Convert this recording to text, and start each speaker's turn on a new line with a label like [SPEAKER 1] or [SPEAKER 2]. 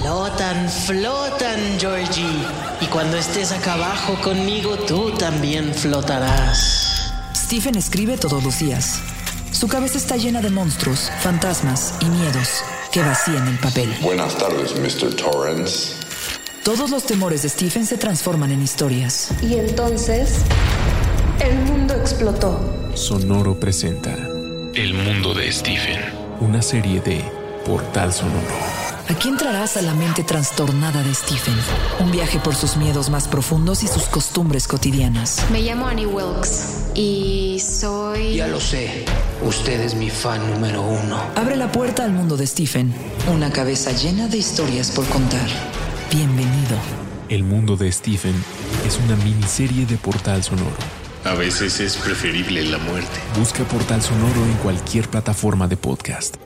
[SPEAKER 1] Flotan, flotan, Georgie. Y cuando estés acá abajo conmigo, tú también flotarás.
[SPEAKER 2] Stephen escribe todos los días. Su cabeza está llena de monstruos, fantasmas y miedos que vacían el papel.
[SPEAKER 3] Buenas tardes, Mr. Torrance.
[SPEAKER 2] Todos los temores de Stephen se transforman en historias.
[SPEAKER 4] Y entonces, el mundo explotó.
[SPEAKER 5] Sonoro presenta
[SPEAKER 6] El mundo de Stephen.
[SPEAKER 5] una serie de Portal Sonoro.
[SPEAKER 2] Aquí entrarás a la mente trastornada de Stephen. Un viaje por sus miedos más profundos y sus costumbres cotidianas.
[SPEAKER 7] Me llamo Annie Wilkes y soy...
[SPEAKER 8] Ya lo sé, usted es mi fan número uno.
[SPEAKER 2] Abre la puerta al mundo de Stephen. Una cabeza llena de historias por contar. Bienvenido.
[SPEAKER 5] El mundo de Stephen es una miniserie de Portal Sonoro.
[SPEAKER 6] A veces es preferible la muerte.
[SPEAKER 5] Busca Portal Sonoro en cualquier plataforma de podcast.